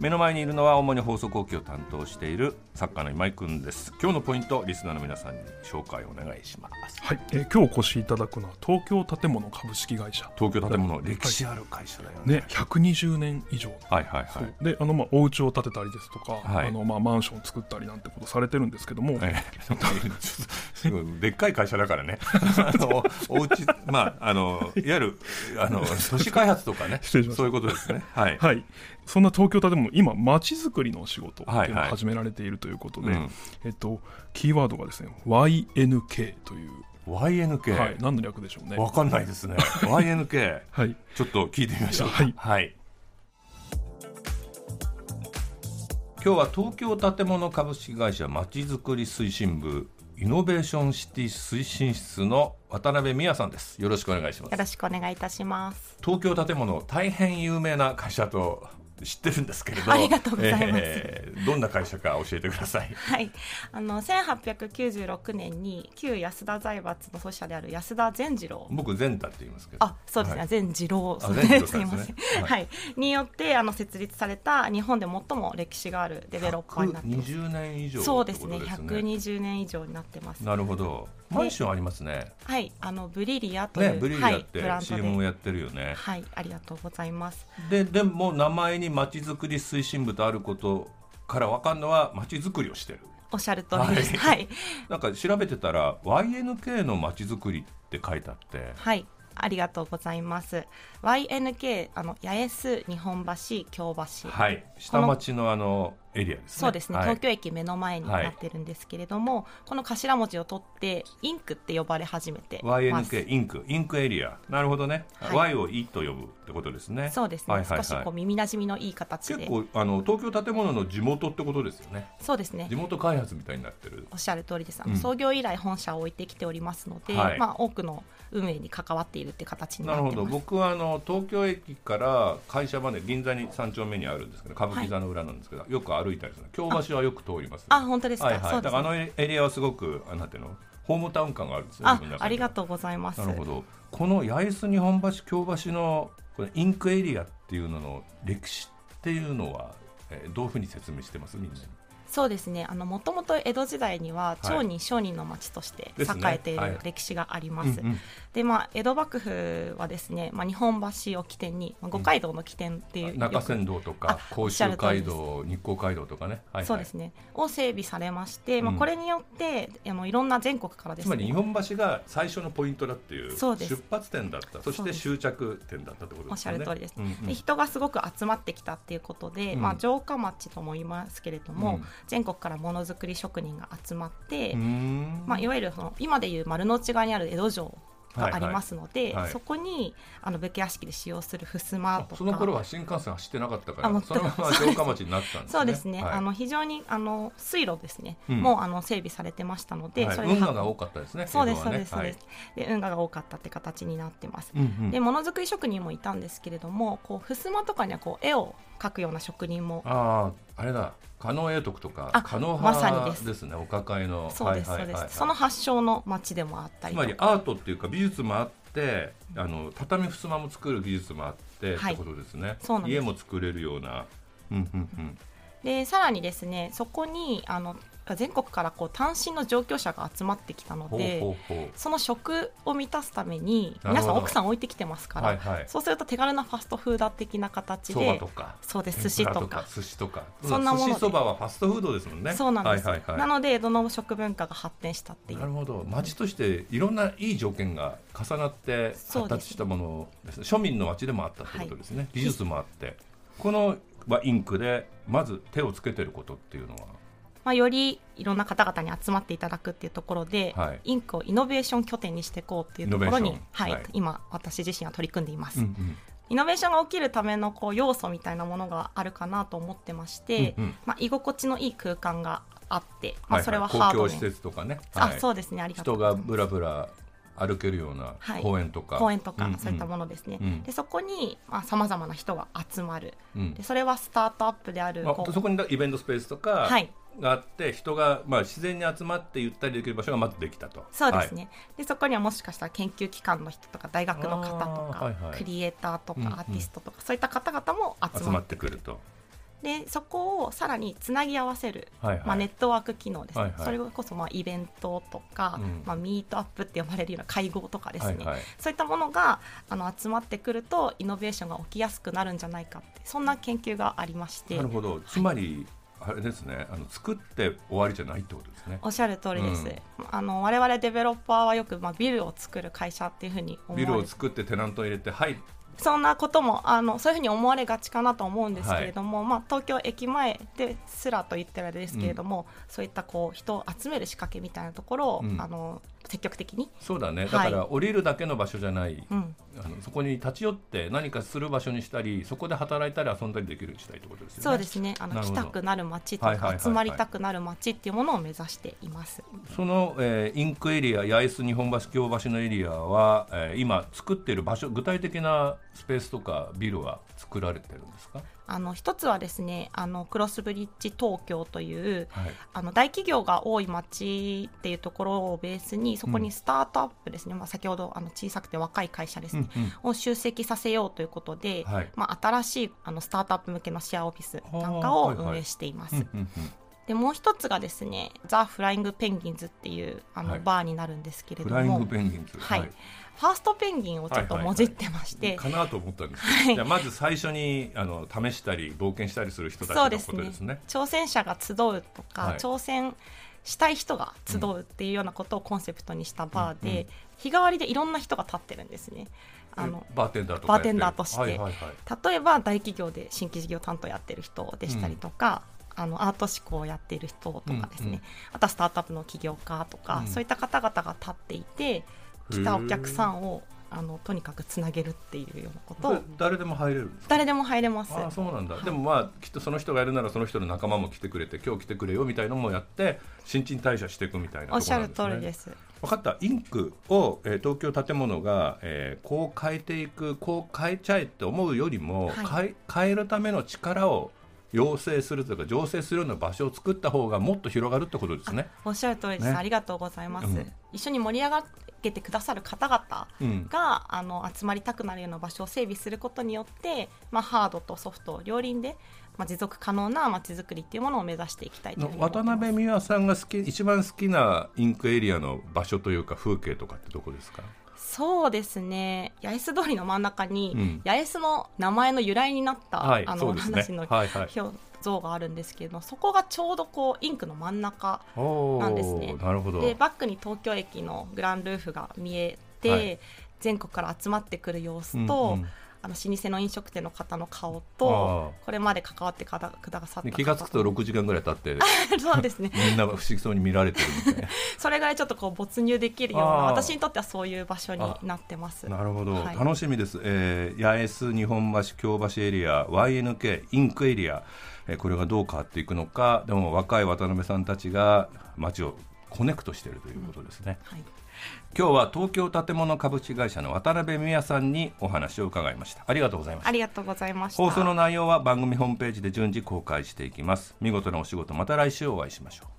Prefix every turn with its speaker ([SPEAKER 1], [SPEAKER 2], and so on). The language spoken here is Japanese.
[SPEAKER 1] 目の前にいるのは主に放送後期を担当している作家の今井くんです今日のポイントリスナーの皆さんに紹介お願いします
[SPEAKER 2] はい、えー今日お越しいただくのは東京建物株式会社
[SPEAKER 1] 東京建物歴史ある会社だよね
[SPEAKER 2] ね120年以上
[SPEAKER 1] はいはい
[SPEAKER 2] そ
[SPEAKER 1] は
[SPEAKER 2] う
[SPEAKER 1] い
[SPEAKER 2] であのまあお家を建てたりですとか、
[SPEAKER 1] はい
[SPEAKER 2] あのまあマンションを作ったりなんてことされてるんですけども、
[SPEAKER 1] ええなんかちょっとすごいでっかい会社だから ね、あのおうち、まあ、あのいわゆるあの都市開発とかね、
[SPEAKER 2] 失礼しました
[SPEAKER 1] そういうことですね。はい、
[SPEAKER 2] はい、そんな東京建物今まちづくりのお仕事って
[SPEAKER 1] はいいう
[SPEAKER 2] のを
[SPEAKER 1] はい
[SPEAKER 2] 始められているということで、
[SPEAKER 1] うん
[SPEAKER 2] えっと、キーワードがですね YNK という、
[SPEAKER 1] YNK、
[SPEAKER 2] はい、何の略でしょうね。
[SPEAKER 1] わかんないですね。YNK、
[SPEAKER 2] はい
[SPEAKER 1] ちょっと聞いてみましょう。
[SPEAKER 2] はい
[SPEAKER 1] 今日は東京建物株式会社まちづくり推進部イノベーションシティ推進室の渡辺美也さんです。よろしくお願いします
[SPEAKER 3] よ。ろしくお願いいたします。
[SPEAKER 1] 東京建物大変有名な会社と知ってるんですけれど
[SPEAKER 3] ありがとうございます
[SPEAKER 1] ーどんな会社か教えてください
[SPEAKER 3] はい、あの1896年に旧安田財閥の創始者である安田善次郎。
[SPEAKER 1] 僕善太って言いますけど
[SPEAKER 3] あ、そうですね、
[SPEAKER 1] はい
[SPEAKER 3] 善次郎
[SPEAKER 1] あ
[SPEAKER 3] そう
[SPEAKER 1] 善次郎
[SPEAKER 3] す
[SPEAKER 1] さんで
[SPEAKER 3] み
[SPEAKER 1] す
[SPEAKER 3] ま
[SPEAKER 1] ね
[SPEAKER 3] せん、
[SPEAKER 1] はい
[SPEAKER 3] はい、によってあの設立された日本で最も歴史があるデベロッパーになってます。
[SPEAKER 1] 120年以上
[SPEAKER 3] そうですね、
[SPEAKER 1] ってこと
[SPEAKER 3] 120年以上になってます。
[SPEAKER 1] なるほどマンションありますね
[SPEAKER 3] はい、あのブリリアとい
[SPEAKER 1] ね
[SPEAKER 3] う、
[SPEAKER 1] ブリリ
[SPEAKER 3] は
[SPEAKER 1] アっ
[SPEAKER 3] い、
[SPEAKER 1] て
[SPEAKER 3] ブランド
[SPEAKER 1] CM を
[SPEAKER 3] で。
[SPEAKER 1] やってるよね、
[SPEAKER 3] はい、ありがとうございます。
[SPEAKER 1] ででも名前にまちづくり推進部とあることからわかるのはまちづくりをしてる
[SPEAKER 3] おっしゃる通りです。
[SPEAKER 1] は
[SPEAKER 3] はいい、
[SPEAKER 1] なんか調べてたら YNK のまちづくりって書いてあって
[SPEAKER 3] はい、ありがとうございます。YNK あの八重洲、日本橋、京橋、
[SPEAKER 1] はい下町のあのエリアですね
[SPEAKER 3] そうですね、
[SPEAKER 1] はい
[SPEAKER 3] 東京駅目の前になってるんですけれども、この頭文字を取ってインクって呼ばれ始めてます。
[SPEAKER 1] YNK インクインクエリアなるほどね、
[SPEAKER 3] はい
[SPEAKER 1] Y を E と呼ぶってことですね
[SPEAKER 3] そうですね、
[SPEAKER 1] はいはいはい
[SPEAKER 3] 少しこう耳なじみのいい形
[SPEAKER 1] 結
[SPEAKER 3] で
[SPEAKER 1] 構あの東京建物の地元ってことですよね
[SPEAKER 3] そうですね
[SPEAKER 1] 地元開発みたいになってる
[SPEAKER 3] おっしゃる通りですあの、
[SPEAKER 1] うん
[SPEAKER 3] 創業以来本社を置いてきておりますので、
[SPEAKER 1] はい
[SPEAKER 3] まあ、多くの運営に関わっているって形にな
[SPEAKER 1] な
[SPEAKER 3] っ
[SPEAKER 1] る
[SPEAKER 3] てま
[SPEAKER 1] ほ
[SPEAKER 3] す
[SPEAKER 1] ど僕はあの東京駅から会社まで銀座に3丁目にあるんですけど歌舞伎座の裏なんですけど、よく歩いたりする京橋はよく通ります
[SPEAKER 3] あ本当ですか、
[SPEAKER 1] はいはい
[SPEAKER 3] そう
[SPEAKER 1] だ
[SPEAKER 3] です
[SPEAKER 1] か
[SPEAKER 3] ね
[SPEAKER 1] らあのエリアはすごくあなんていうのホームタウン感があるんですよ
[SPEAKER 3] あ
[SPEAKER 1] 自分の中で
[SPEAKER 3] ありがとうございます
[SPEAKER 1] なるほどこの八重洲日本橋京橋のこれインクエリアっていうのの歴史っていうのは、えーどういうふうに説明してますみんなに
[SPEAKER 3] そうですねあのもともと江戸時代に
[SPEAKER 1] は
[SPEAKER 3] は
[SPEAKER 1] い
[SPEAKER 3] 町人商人の町として
[SPEAKER 1] です
[SPEAKER 3] 栄
[SPEAKER 1] ね
[SPEAKER 3] えてい
[SPEAKER 1] はい
[SPEAKER 3] る歴史があります、
[SPEAKER 1] うんうん
[SPEAKER 3] でまあ江戸幕府はですね、まあ、日本橋を起点にまあ五街道の起点っていう、
[SPEAKER 1] 中山道とか
[SPEAKER 3] あ
[SPEAKER 1] 甲州街道日光街道とかね、はいはい
[SPEAKER 3] そうですねを整備されまして、まあ、
[SPEAKER 1] うん
[SPEAKER 3] これによって、あのいろんな全国からで
[SPEAKER 1] つ
[SPEAKER 3] す
[SPEAKER 1] まり日
[SPEAKER 3] ね
[SPEAKER 1] 本橋が最初のポイントだっていう
[SPEAKER 3] そうです
[SPEAKER 1] 出発点だったそし
[SPEAKER 3] そう
[SPEAKER 1] て
[SPEAKER 3] です
[SPEAKER 1] 終着点だったってこと
[SPEAKER 3] お
[SPEAKER 1] で
[SPEAKER 3] っし
[SPEAKER 1] す
[SPEAKER 3] ゃ
[SPEAKER 1] よね
[SPEAKER 3] る通りです、
[SPEAKER 1] うんうん
[SPEAKER 3] で人がすごく集まってきたっていうことで、
[SPEAKER 1] うん
[SPEAKER 3] まあ、城下町とも言いますけれども、
[SPEAKER 1] うん
[SPEAKER 3] 全国からものづくり職人が集まって、
[SPEAKER 1] うーん
[SPEAKER 3] まあ、いわゆるその今でいう丸の内側にある江戸城がありますので、
[SPEAKER 1] いはい
[SPEAKER 3] そこにあの武家屋敷で使用する襖とか
[SPEAKER 1] その頃は新幹線走ってなかったから
[SPEAKER 3] あ全く
[SPEAKER 1] そのまま城下町になったんですね
[SPEAKER 3] そうですね、
[SPEAKER 1] はい
[SPEAKER 3] あの非常にあの水路ですね、
[SPEAKER 1] うん
[SPEAKER 3] もうあの整備されてましたので、
[SPEAKER 1] はい
[SPEAKER 3] それで
[SPEAKER 1] 運河が多かったですね
[SPEAKER 3] そうです
[SPEAKER 1] 江
[SPEAKER 3] そ
[SPEAKER 1] 戸は
[SPEAKER 3] うで
[SPEAKER 1] ね
[SPEAKER 3] すそうです、で運河が多かったって形になってます、
[SPEAKER 1] はいうんうん
[SPEAKER 3] でものづくり職人もいたんですけれどもこう襖とかにはこう絵を描くような職人も
[SPEAKER 1] ああ、あれだ、加納英徳とか、
[SPEAKER 3] あ
[SPEAKER 1] 加納
[SPEAKER 3] まさ
[SPEAKER 1] 派
[SPEAKER 3] に
[SPEAKER 1] で
[SPEAKER 3] ですす
[SPEAKER 1] ね、お抱えの。
[SPEAKER 3] そうです、
[SPEAKER 1] はいはい
[SPEAKER 3] そうです、
[SPEAKER 1] はいはい
[SPEAKER 3] その発祥の町でもあった
[SPEAKER 1] つ
[SPEAKER 3] りと
[SPEAKER 1] ま
[SPEAKER 3] か
[SPEAKER 1] りアートっていうか、美術もあって、あの畳襖も作る技術もあって、
[SPEAKER 3] はい
[SPEAKER 1] ってことですね。
[SPEAKER 3] そうなんで
[SPEAKER 1] 家
[SPEAKER 3] す
[SPEAKER 1] も作れるような。うんうんうん。
[SPEAKER 3] でさらにですねそこにあの全国からこう単身の上京者が集まってきたの
[SPEAKER 1] ほう
[SPEAKER 3] で
[SPEAKER 1] ほうほ
[SPEAKER 3] その食を満たすために
[SPEAKER 1] なる
[SPEAKER 3] 皆
[SPEAKER 1] ほ
[SPEAKER 3] さ
[SPEAKER 1] ど
[SPEAKER 3] ん奥さん置いてきてますか
[SPEAKER 1] う。
[SPEAKER 3] ら、
[SPEAKER 1] はいはい。
[SPEAKER 3] そうすると手軽なファストフーダー的な形
[SPEAKER 1] そば
[SPEAKER 3] で
[SPEAKER 1] とか。
[SPEAKER 3] そうです寿司
[SPEAKER 1] 天ぷら
[SPEAKER 3] とか。
[SPEAKER 1] 寿司とか。
[SPEAKER 3] そんなもので
[SPEAKER 1] 寿司そばはファストフードですもんね。
[SPEAKER 3] そうなんです、
[SPEAKER 1] はいはい
[SPEAKER 3] な
[SPEAKER 1] は
[SPEAKER 3] ので江戸の食文化が発展したって
[SPEAKER 1] い。
[SPEAKER 3] い
[SPEAKER 1] なる
[SPEAKER 3] う
[SPEAKER 1] ほど町としていろんないい条件が重なって
[SPEAKER 3] そ
[SPEAKER 1] 発
[SPEAKER 3] うです
[SPEAKER 1] 達したものです、ね、庶民の町でもあったってことですね、技術もあってこのはインクでまず手をつけてることっていうの
[SPEAKER 3] まあ、よりいろんな方々に集まっていただくっていうところで、
[SPEAKER 1] はい
[SPEAKER 3] インクをイノベーション拠点にしていこうっていうところ
[SPEAKER 1] イノベーシ、
[SPEAKER 3] に
[SPEAKER 1] ョン
[SPEAKER 3] はい
[SPEAKER 1] はい
[SPEAKER 3] 今私自身は取り組んでいます、
[SPEAKER 1] は、
[SPEAKER 3] イノベーションが起きるためのこう要素みたいなものがあるかなと思ってまして、
[SPEAKER 1] うんうん
[SPEAKER 3] まあ、居心地のいい空間があって、ま
[SPEAKER 1] はい
[SPEAKER 3] あ、それは
[SPEAKER 1] 公
[SPEAKER 3] ハード
[SPEAKER 1] 共
[SPEAKER 3] に、
[SPEAKER 1] 施設とかね、
[SPEAKER 3] あ
[SPEAKER 1] はい
[SPEAKER 3] そうですねありが
[SPEAKER 1] 人
[SPEAKER 3] とうござ
[SPEAKER 1] が
[SPEAKER 3] います
[SPEAKER 1] ぶらぶら歩けるような
[SPEAKER 3] はい
[SPEAKER 1] 公園とか、
[SPEAKER 3] 公園とか、
[SPEAKER 1] うんうん
[SPEAKER 3] そういったものですね、
[SPEAKER 1] うん
[SPEAKER 3] でそこにさまざ、まな人が集まる
[SPEAKER 1] うん
[SPEAKER 3] でそれはスタートアップである
[SPEAKER 1] ま
[SPEAKER 3] こ
[SPEAKER 1] あ、
[SPEAKER 3] う
[SPEAKER 1] そこにイベントスペースとか
[SPEAKER 3] はい
[SPEAKER 1] があって、人が、まあ、自然に集まってゆったりできる場所がまずできたと
[SPEAKER 3] そうです、ね、でそこにはもしかしたら研究機関の人とか大学の方とか、
[SPEAKER 1] あーはいはい
[SPEAKER 3] クリエイターとか
[SPEAKER 1] うんうん
[SPEAKER 3] アーティストとか、そういった方々も
[SPEAKER 1] はい集
[SPEAKER 3] 集
[SPEAKER 1] ま
[SPEAKER 3] ま
[SPEAKER 1] っ
[SPEAKER 3] っ
[SPEAKER 1] て
[SPEAKER 3] て
[SPEAKER 1] くると、
[SPEAKER 3] でそこをさらにつなぎ合わせる、
[SPEAKER 1] はいはい
[SPEAKER 3] まあ、ネットワーク機能ですね、
[SPEAKER 1] はいはい
[SPEAKER 3] それこそまあイベントとか、
[SPEAKER 1] うん
[SPEAKER 3] まあ、ミートアップって呼ばれるような会合とかですね、
[SPEAKER 1] はいはい
[SPEAKER 3] そういったものがあの集まってくるとイノベーションが起きやすくなるんじゃないかってそんな研究がありまして
[SPEAKER 1] なるほどつまり、あれですねあの作って終わりじゃないってことですね
[SPEAKER 3] おっしゃる通りです、
[SPEAKER 1] うん
[SPEAKER 3] あの我々デベロッパーはよく、まあ、ビルを作る会社っていうふうに思われ
[SPEAKER 1] ビ
[SPEAKER 3] て
[SPEAKER 1] ルを作ってテナントを入れてはい
[SPEAKER 3] そんなこともあのそういうふうに思われがちかなと思うんですけれども、まあ、東京駅前ですらと言ってはあれですけれども、そういったこう人を集める仕掛けみたいなところを、
[SPEAKER 1] うん
[SPEAKER 3] あの積極的に、
[SPEAKER 1] そうだね
[SPEAKER 3] は
[SPEAKER 1] だ
[SPEAKER 3] い
[SPEAKER 1] から降りるだけの場所じゃない、
[SPEAKER 3] うん、
[SPEAKER 1] あのそこに立ち寄って何かする場所にしたりそこで働いたり遊んだりできるようにしたいってことですよね
[SPEAKER 3] そうですねあ
[SPEAKER 1] な
[SPEAKER 3] の
[SPEAKER 1] る
[SPEAKER 3] 来
[SPEAKER 1] ほど
[SPEAKER 3] たくなる街と
[SPEAKER 1] はいはいはい
[SPEAKER 3] か
[SPEAKER 1] はい
[SPEAKER 3] 集まりたくなる街っていうものを目指しています。
[SPEAKER 1] その、えーインクエリア八重洲日本橋京橋のエリアは、えー今作っている場所具体的なスペースとかビルは作られてるんですか、
[SPEAKER 3] あの一つはですねあのクロスブリッジ東京という
[SPEAKER 1] はい、
[SPEAKER 3] あの大企業が多い町っていうところをベースにそこにスタートアップですね、まあ、先ほどあの小さくて若い会社ですね、
[SPEAKER 1] うんうん
[SPEAKER 3] を集積させようということで、
[SPEAKER 1] はい
[SPEAKER 3] まあ、新しいあのスタートアップ向けのシェアオフィスなんか
[SPEAKER 1] は
[SPEAKER 3] を
[SPEAKER 1] あはいはい
[SPEAKER 3] 運営しています。
[SPEAKER 1] うんうん
[SPEAKER 3] でもう一つがですね「ザ・フライング・ペンギンズ」っていうあの、
[SPEAKER 1] はい
[SPEAKER 3] バーになるんですけ
[SPEAKER 1] うん
[SPEAKER 3] れ
[SPEAKER 1] フ
[SPEAKER 3] ど
[SPEAKER 1] ライン
[SPEAKER 3] も
[SPEAKER 1] グ。ペンギンズ
[SPEAKER 3] はい、ファーストペンギンをちょっともじってまして、
[SPEAKER 1] かなと思ったんですけど、
[SPEAKER 3] はい
[SPEAKER 1] じゃあまず最初にあの試したり冒険したりする人たち
[SPEAKER 3] そう
[SPEAKER 1] の
[SPEAKER 3] で
[SPEAKER 1] こ
[SPEAKER 3] す
[SPEAKER 1] と
[SPEAKER 3] ね
[SPEAKER 1] ですね。
[SPEAKER 3] 挑戦者が集うとか、
[SPEAKER 1] はい
[SPEAKER 3] 挑戦したい人が集うっていうようなことをコンセプトにしたバーで、
[SPEAKER 1] うんうん
[SPEAKER 3] 日替わりでいろんな人が立ってるんですね。あの
[SPEAKER 1] バーテンダーとかやってる
[SPEAKER 3] バーテンダーとして
[SPEAKER 1] はいはいはい
[SPEAKER 3] 例えば大企業で新規事業担当やってる人でしたりとか、あのアート志向をやっている人とかですね、
[SPEAKER 1] うんうん
[SPEAKER 3] あとはスタートアップの起業家とか、
[SPEAKER 1] うん
[SPEAKER 3] そういった方々が立っていて来たお客さんをあのとにかくつなげるっていうようなこと
[SPEAKER 1] これ
[SPEAKER 3] を
[SPEAKER 1] 誰でも入れるんですか
[SPEAKER 3] 誰でも入れます。
[SPEAKER 1] ああそうなんだ、
[SPEAKER 3] はい
[SPEAKER 1] でもまあきっとその人がやるならその人の仲間も来てくれて今日来てくれよみたいなのもやって新陳代謝していくみたいなと
[SPEAKER 3] おっ
[SPEAKER 1] こ
[SPEAKER 3] しゃ
[SPEAKER 1] ろな
[SPEAKER 3] る
[SPEAKER 1] んですね
[SPEAKER 3] 通りです。
[SPEAKER 1] 分かったインクを、えー東京建物が、えーこう変えていくこう変えちゃえって思うよりも、
[SPEAKER 3] は
[SPEAKER 1] 変え変えるための力を養成するというか醸成するような場所を作った方がもっと広がるってことですね。
[SPEAKER 3] おっしゃる通りです。
[SPEAKER 1] ね
[SPEAKER 3] ありがとうございます。
[SPEAKER 1] うん
[SPEAKER 3] 一緒に盛り上がってくださる方々
[SPEAKER 1] うん、
[SPEAKER 3] があの集まりたくなるような場所を整備することによって、まあ、ハードとソフトを両輪で、まあ、持続可能なまちづくりっていうものを目指していきたいというふうに思って
[SPEAKER 1] 渡
[SPEAKER 3] ます
[SPEAKER 1] 辺美和さんが好き一番好きなインクエリアの場所というか風景とかってどこですか
[SPEAKER 3] そうですね八重洲通りの真ん中に、
[SPEAKER 1] うん
[SPEAKER 3] 八重洲の名前の由来になった、
[SPEAKER 1] はい
[SPEAKER 3] あ
[SPEAKER 1] そ
[SPEAKER 3] の
[SPEAKER 1] う
[SPEAKER 3] お
[SPEAKER 1] です
[SPEAKER 3] 話
[SPEAKER 1] ね
[SPEAKER 3] の
[SPEAKER 1] はいはい
[SPEAKER 3] 表像があるんですけれどもそこがちょうどこうインクの真ん中
[SPEAKER 1] おー
[SPEAKER 3] なんですね
[SPEAKER 1] なるほど
[SPEAKER 3] でバックに東京駅のグランルーフが見えて、
[SPEAKER 1] はい
[SPEAKER 3] 全国から集まってくる様子と、
[SPEAKER 1] うんうん
[SPEAKER 3] あの老舗の飲食店の方の顔と
[SPEAKER 1] あ
[SPEAKER 3] これまで関わってかだくださった
[SPEAKER 1] で
[SPEAKER 3] 方
[SPEAKER 1] 気がつくと6時間ぐらい経って
[SPEAKER 3] そうですね
[SPEAKER 1] みんなが不思議そうに見られてるみたいな
[SPEAKER 3] それぐらいちょっとこう没入できるような
[SPEAKER 1] あー
[SPEAKER 3] 私にとってはそういう場所になってます。
[SPEAKER 1] なるほど、
[SPEAKER 3] はい
[SPEAKER 1] 楽しみです、えー八重洲日本橋京橋エリア YNK インクエリア、えーこれがどう変わっていくのかでも若い渡辺さんたちが街をコネクトしているということですね、
[SPEAKER 3] はい
[SPEAKER 1] 今日は東京建物株式会社の渡辺美也さんにお話を伺いましたありがとうございました
[SPEAKER 3] ありがとうございました。
[SPEAKER 1] 放送の内容は番組ホームページで順次公開していきます見事なお仕事また来週お会いしましょう